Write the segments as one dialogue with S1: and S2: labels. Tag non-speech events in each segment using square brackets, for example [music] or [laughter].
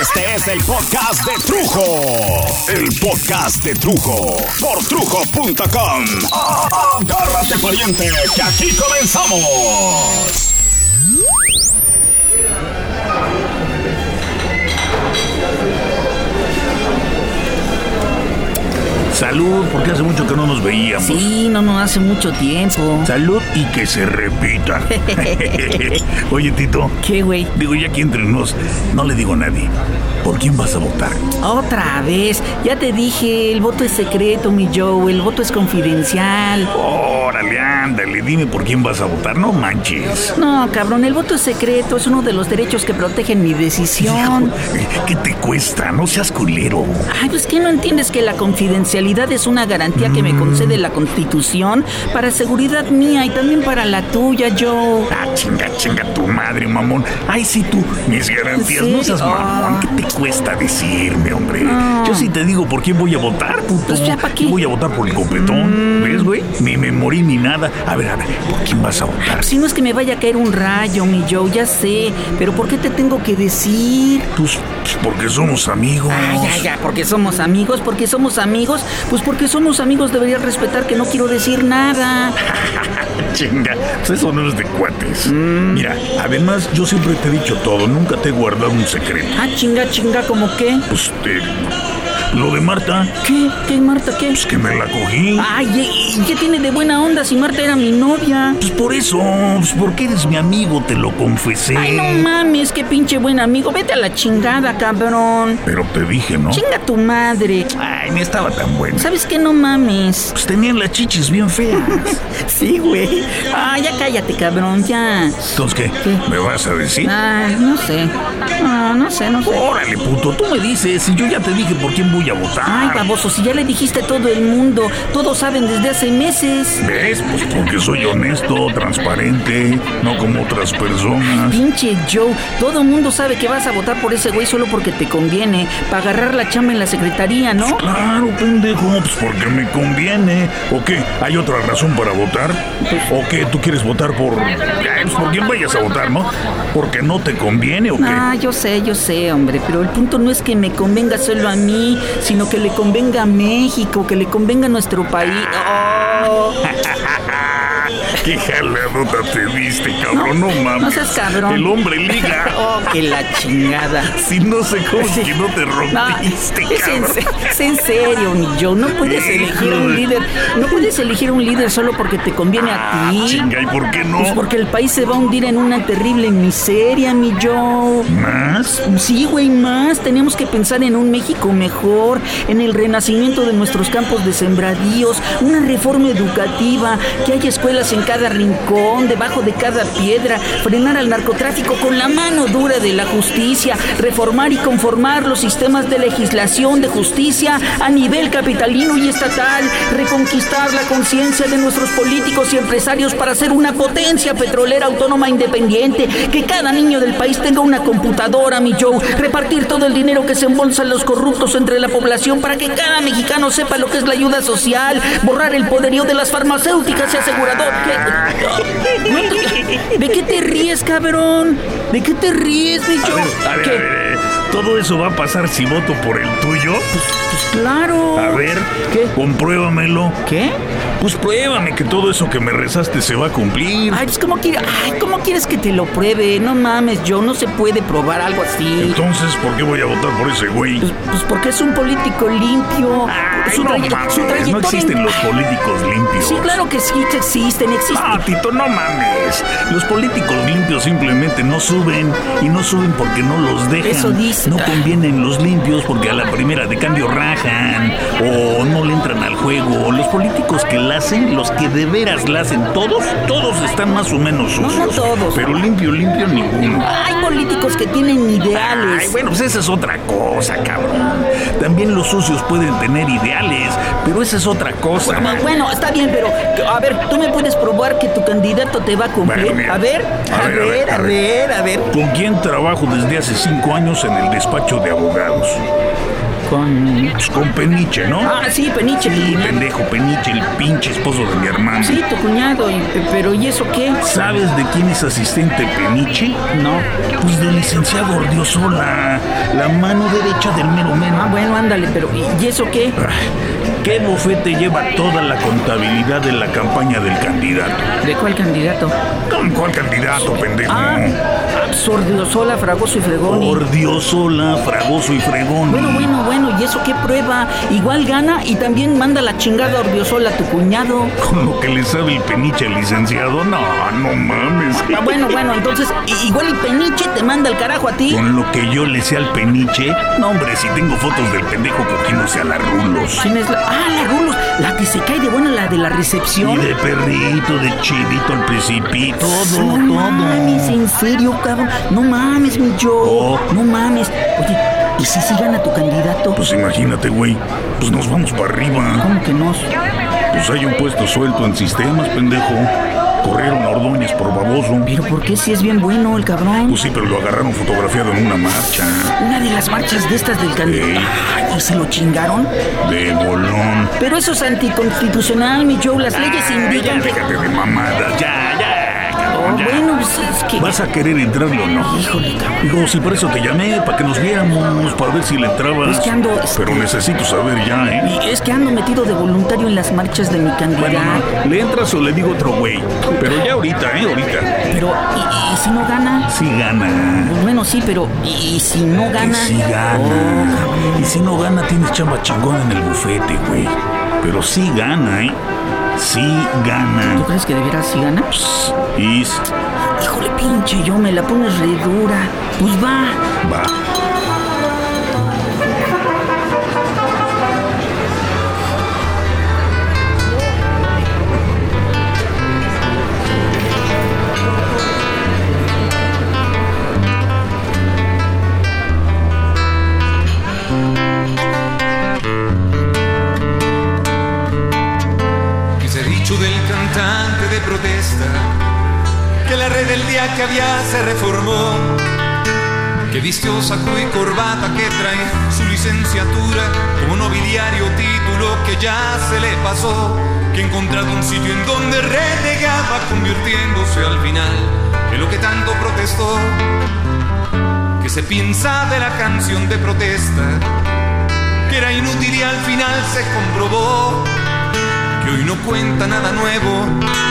S1: Este es el podcast de Trujo. El podcast de Trujo. Por trujo.com. Agárrate, pariente, que aquí comenzamos.
S2: Salud, porque hace mucho que no nos veíamos.
S3: Sí, no, no, hace mucho tiempo.
S2: Salud y que se repita. [laughs] Oye, Tito.
S3: ¿Qué, güey?
S2: Digo, ya que entre nos, no le digo a nadie. ¿Por quién vas a votar?
S3: Otra vez. Ya te dije, el voto es secreto, mi Joe. El voto es confidencial.
S2: Órale, ándale, dime por quién vas a votar, no manches.
S3: No, cabrón, el voto es secreto. Es uno de los derechos que protegen mi decisión.
S2: Hijo, ¿Qué te cuesta? No seas culero.
S3: Ay, pues que no entiendes que la confidencialidad es una garantía que me concede la Constitución para seguridad mía y también para la tuya, Joe.
S2: Ah, chinga, chinga tu madre, mamón. Ay, sí, tú, mis garantías,
S3: Sí,
S2: no seas
S3: ah.
S2: mamón. ¿Qué te cuesta decirme, hombre?
S3: Ah.
S2: Yo sí te digo por quién voy a votar, puto.
S3: Pues ya, ¿pa' qué?
S2: Yo Voy a votar por el copetón. ¿Ves, güey? Ni me morí ni nada. A ver, a ver, ¿por quién vas a votar?
S3: Si no es que me vaya a caer un rayo, mi Joe, ya sé. Pero ¿por qué te tengo que decir?
S2: Pues, pues, porque somos
S3: [laughs]
S2: amigos.
S3: Ay, ay, ay, porque somos amigos, porque somos amigos, pues porque somos amigos deberías respetar que no quiero decir nada.
S2: Chinga, pues eso no es de cuates.
S3: Mm.
S2: Mira, además yo siempre te he dicho todo, nunca te he guardado un secreto.
S3: Ah, chinga, chinga, ¿como qué?
S2: Pues te- lo de Marta,
S3: ¿Qué? ¿Qué, Marta, qué?
S2: pues que me la cogí.
S3: Ay, ¿y- ¿y ¿qué tiene de buena onda si Marta era mi novia?
S2: Pues por eso, pues porque eres mi amigo, te lo confesé.
S3: Ay, no mames, qué pinche buen amigo. Vete a la chingada, cabrón.
S2: Pero te dije, ¿no?
S3: Chinga tu madre.
S2: Ay, ni estaba tan bueno.
S3: ¿Sabes qué? No mames.
S2: Pues tenían las chichis bien feas.
S3: [laughs] Sí, güey. Ay, ya cállate, cabrón, ya.
S2: Entonces, ¿qué?
S3: ¿Qué?
S2: ¿Me vas a decir?
S3: Ay, no sé. Ah, No, no sé, no sé.
S2: Órale, puto, tú me dices, y yo ya te dije por quién voy a votar.
S3: Ay, baboso, si ya le dijiste a todo el mundo, todos saben desde hace meses.
S2: ¿Ves? Pues porque soy honesto, transparente, no como otras personas.
S3: Pinche Joe, todo el mundo sabe que vas a votar por ese güey solo porque te conviene, para agarrar la chamba en la secretaría, ¿no?
S2: Claro, pendejo, pues porque me conviene. ¿O qué? ¿Hay otra razón para votar? ¿O qué? ¿Tú quieres votar por... Ay, pues por quién vayas a votar, no? ¿Porque no te conviene o qué?
S3: Ah, yo sé, yo sé, hombre, pero el punto no es que me convenga solo a mí, sino que le convenga a México, que le convenga a nuestro país. Oh,
S2: Qué jaladota te diste, cabrón, no, mames.
S3: no seas cabrón.
S2: El hombre liga.
S3: oh, que la chingada.
S2: Si no sé cómo es que no te
S3: No,
S2: rompiste,
S3: es, en,
S2: cabrón.
S3: se- es en serio, mi Joe. No puedes
S2: Híjole.
S3: elegir un líder. No puedes elegir un líder solo porque te conviene a
S2: Ah,
S3: ti.
S2: chinga, ¿y por qué no?
S3: Pues porque el país se va a hundir en una terrible miseria, mi Joe.
S2: ¿Más?
S3: Sí, güey, más. Tenemos que pensar en un México mejor, en el renacimiento de nuestros campos de sembradíos, una reforma educativa, que haya escuelas en cada rincón, debajo de cada piedra, frenar al narcotráfico con la mano dura de la justicia, reformar y conformar los sistemas de legislación de justicia a nivel capitalino y estatal, reconquistar la conciencia de nuestros políticos y empresarios para ser una potencia petrolera autónoma independiente, que cada niño del país tenga una computadora, mi Joe, repartir todo el dinero que se embolsan los corruptos entre la población para que cada mexicano sepa lo que es la ayuda social, borrar el poderío de las farmacéuticas y aseguradoras. ¿Qué? ¿De qué te ríes, cabrón? ¿De qué te ríes, mi
S2: A
S3: Joe?
S2: ver, a ver,
S3: ¿Qué?
S2: a ver, eh, Todo eso va a pasar si voto por el tuyo.
S3: Pues claro.
S2: A ver,
S3: ¿Qué?
S2: compruébamelo.
S3: ¿Qué?
S2: Pues pruébame que todo eso que me rezaste se va a cumplir.
S3: Ay, pues ¿cómo, quiere- ay, ¿cómo quieres que te lo pruebe? No mames, yo no se puede probar algo así.
S2: Entonces, ¿por qué voy a votar por ese güey?
S3: Pues, pues porque es un político limpio.
S2: Ay,
S3: Su
S2: no,
S3: traye-
S2: mames,
S3: su
S2: no
S3: trayectoria-
S2: existen los políticos limpios.
S3: Sí, claro que sí que existen, existen.
S2: Ah, Tito, no mames. Los políticos limpios simplemente no suben y no suben porque no los dejan.
S3: Eso dice.
S2: No convienen los limpios porque a la primera de cambio rajan o no le entran al juego. Los políticos que la hacen, los que de veras la hacen, todos, todos están más o menos
S3: No,
S2: sucios.
S3: no todos.
S2: Pero limpio, limpio ninguno.
S3: Hay políticos que tienen ideales.
S2: Ay, Bueno, pues esa es otra cosa, cabrón. También los socios pueden tener ideales, pero esa es otra cosa.
S3: Bueno, está bien, pero a ver, tú me puedes probar que tu candidato te va a cumplir.
S2: Bueno, mira.
S3: a, ver, a, ver, a ver, a ver,
S2: ¿Con quién trabajo desde hace cinco años en el despacho de abogados?
S3: Con.
S2: Pues con Peniche, ¿no?
S3: Ah, sí, Peniche.
S2: Sí, pendejo Peniche, el pinche esposo de mi hermano.
S3: Sí, tu cuñado, y- pero ¿y eso qué?
S2: ¿Sabes de quién es asistente Peniche?
S3: No.
S2: Pues del licenciado Ordiosola, la mano derecha del mero
S3: Ah,
S2: mero.
S3: bueno, ándale, pero ¿y- ¿y eso qué?
S2: Ah, ¿Qué bufete lleva toda la contabilidad de la campaña del candidato?
S3: ¿De cuál candidato?
S2: ¿Con cuál candidato, pendejo?
S3: Ah, Sordiosola, Fragoso y Fregoni.
S2: Ordiosola, Fragoso y Fregón.
S3: Bueno, bueno, bueno, ¿y eso qué prueba? Igual gana y también manda la chingada a Ordiosola a tu cuñado.
S2: Con lo que le sabe el Peniche al licenciado, no, no mames.
S3: Ah, bueno, bueno, entonces, i- igual el peniche te manda el carajo a ti.
S2: Con lo que yo le sé al Peniche, no, hombre, si tengo fotos del pendejo cogiéndose a la rulos.
S3: ¿Quién es la...? Ah, la Rulos, la que se cae de buena, la de la
S2: Y
S3: recepción.
S2: de perrito, de chivito, al principito, todo,
S3: No mames,
S2: todo.
S3: en serio, cabrón. No mames, mi yo.
S2: Oh.
S3: No mames. Oye, ¿y si sí gana tu candidato?
S2: Pues imagínate, güey, pues nos vamos para arriba.
S3: ¿Cómo que no?
S2: Pues hay un puesto suelto en sistemas, pendejo. Corrieron a Ordóñez por baboso.
S3: ¿Pero por qué si es bien bueno el cabrón?
S2: Pues sí, pero lo agarraron fotografiado en una marcha.
S3: Una de las marchas de estas del candidato.
S2: Ey.
S3: Ay, ¿y se lo chingaron?
S2: De bolón.
S3: Pero eso es anticonstitucional, mi Joe. Las leyes
S2: Ay, ya,
S3: indican que...
S2: déjate de mamadas, ya, ya, cabrón, ya.
S3: Bueno, pues es que...
S2: ¿Vas a querer entrarle o no?
S3: Híjole, cabrón.
S2: Digo, si por eso te llamé, para que nos viéramos, para ver si le entrabas.
S3: Es que ando, este-
S2: Pero necesito saber ya, ¿eh?
S3: Y es que ando metido de voluntario en las marchas de mi
S2: Bueno,
S3: candidato.
S2: no, le entras o le digo otro güey. Pero ya ahorita, ¿eh? Ahorita.
S3: Pero, ¿y, y si no gana?
S2: Sí gana.
S3: Pues bueno, sí, pero ¿y, y si no
S2: Que
S3: gana? Oh.
S2: sí gana. Y si no gana, tienes chamba chingón en el bufete, güey. Pero sí gana, ¿eh? Sí
S3: ¿Tú
S2: gana.
S3: crees que de veras sí gana?
S2: Pss, Y
S3: Híjole, pinche yo, me la pones re dura. Pues va.
S2: va.
S4: Ese dicho del cantante de protesta, que la rebeldía que había se reformó, que vistió saco y corbata que trae su licenciatura como nobiliario título que ya se le pasó, que ha encontrado un sitio en donde renegaba convirtiéndose al final en lo que tanto protestó, que se piensa de la canción de protesta, que era inútil y al final se comprobó que hoy no cuenta nada nuevo,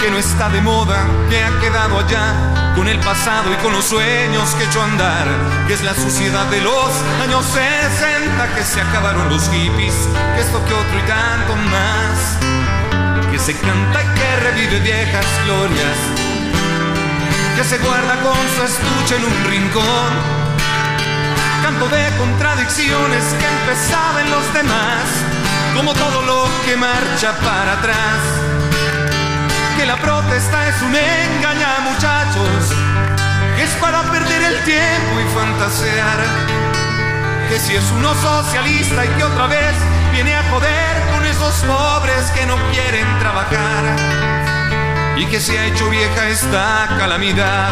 S4: que no está de moda, que ha quedado allá con el pasado y con los sueños que echó a andar, que es la suciedad de los años 60, que se acabaron los hippies, que esto que otro y tanto más, que se canta y que revive viejas glorias, que se guarda con su estuche en un rincón. Canto de contradicciones que empezaba en los demás, como todo lo que marcha para atrás. Que la protesta es un engaña, muchachos, que es para perder el tiempo y fantasear. Que si es uno socialista y que otra vez viene a joder con esos pobres que no quieren trabajar. Y que se ha hecho vieja esta calamidad.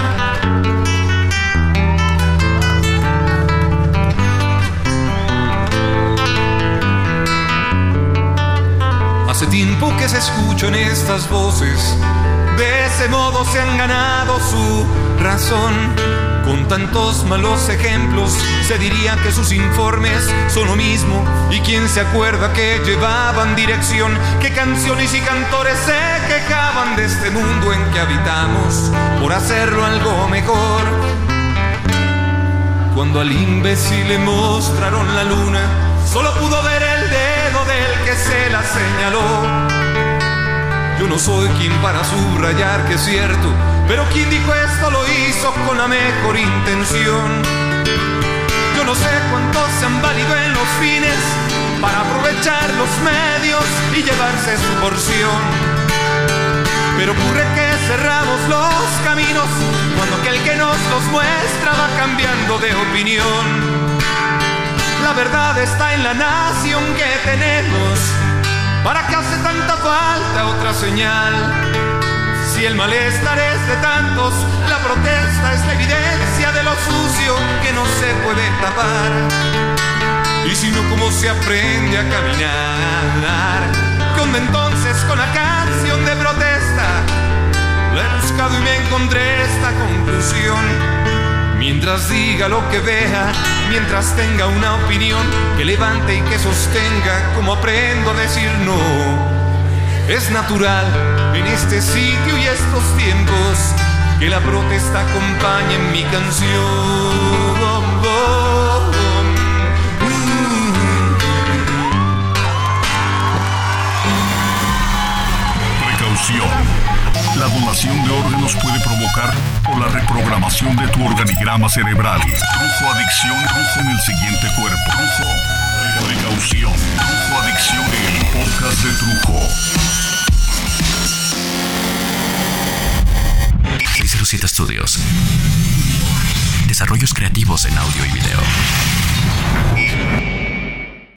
S4: Hace tiempo que se escuchan estas voces, de ese modo se han ganado su razón. Con tantos malos ejemplos, se diría que sus informes son lo mismo. ¿Y quién se acuerda que llevaban dirección? Que canciones y cantores se quejaban de este mundo en que habitamos por hacerlo algo mejor? Cuando al imbécil le mostraron la luna, solo pudo ver el dedo del que se la señaló. Yo no soy quien para subrayar que es cierto, pero quien dijo esto lo hizo con la mejor intención. Yo no sé cuántos se han valido en los fines para aprovechar los medios y llevarse su porción. Pero ocurre que cerramos los caminos cuando aquel que nos los muestra va cambiando de opinión. la verdad está en la nación que tenemos. ¿Para qué hace tanta falta otra señal? Si el malestar es de tantos, la protesta es la evidencia de lo sucio que no se puede tapar. Y si no, ¿cómo se aprende a caminar? Con entonces con la canción de protesta. Lo he buscado y me encontré esta conclusión. Mientras diga lo que vea, mientras tenga una opinión que levante y que sostenga, como aprendo a decir no. Es natural en este sitio y estos tiempos que la protesta acompañe en mi canción.
S2: Precaución. La donación de órganos puede provocar por la reprogramación de tu organigrama cerebral. Trujo adicción trujo en el siguiente cuerpo. Trujo. Precaución. Trujo adicción el podcast de trujo.
S5: 607 Studios. Desarrollos creativos en audio y video.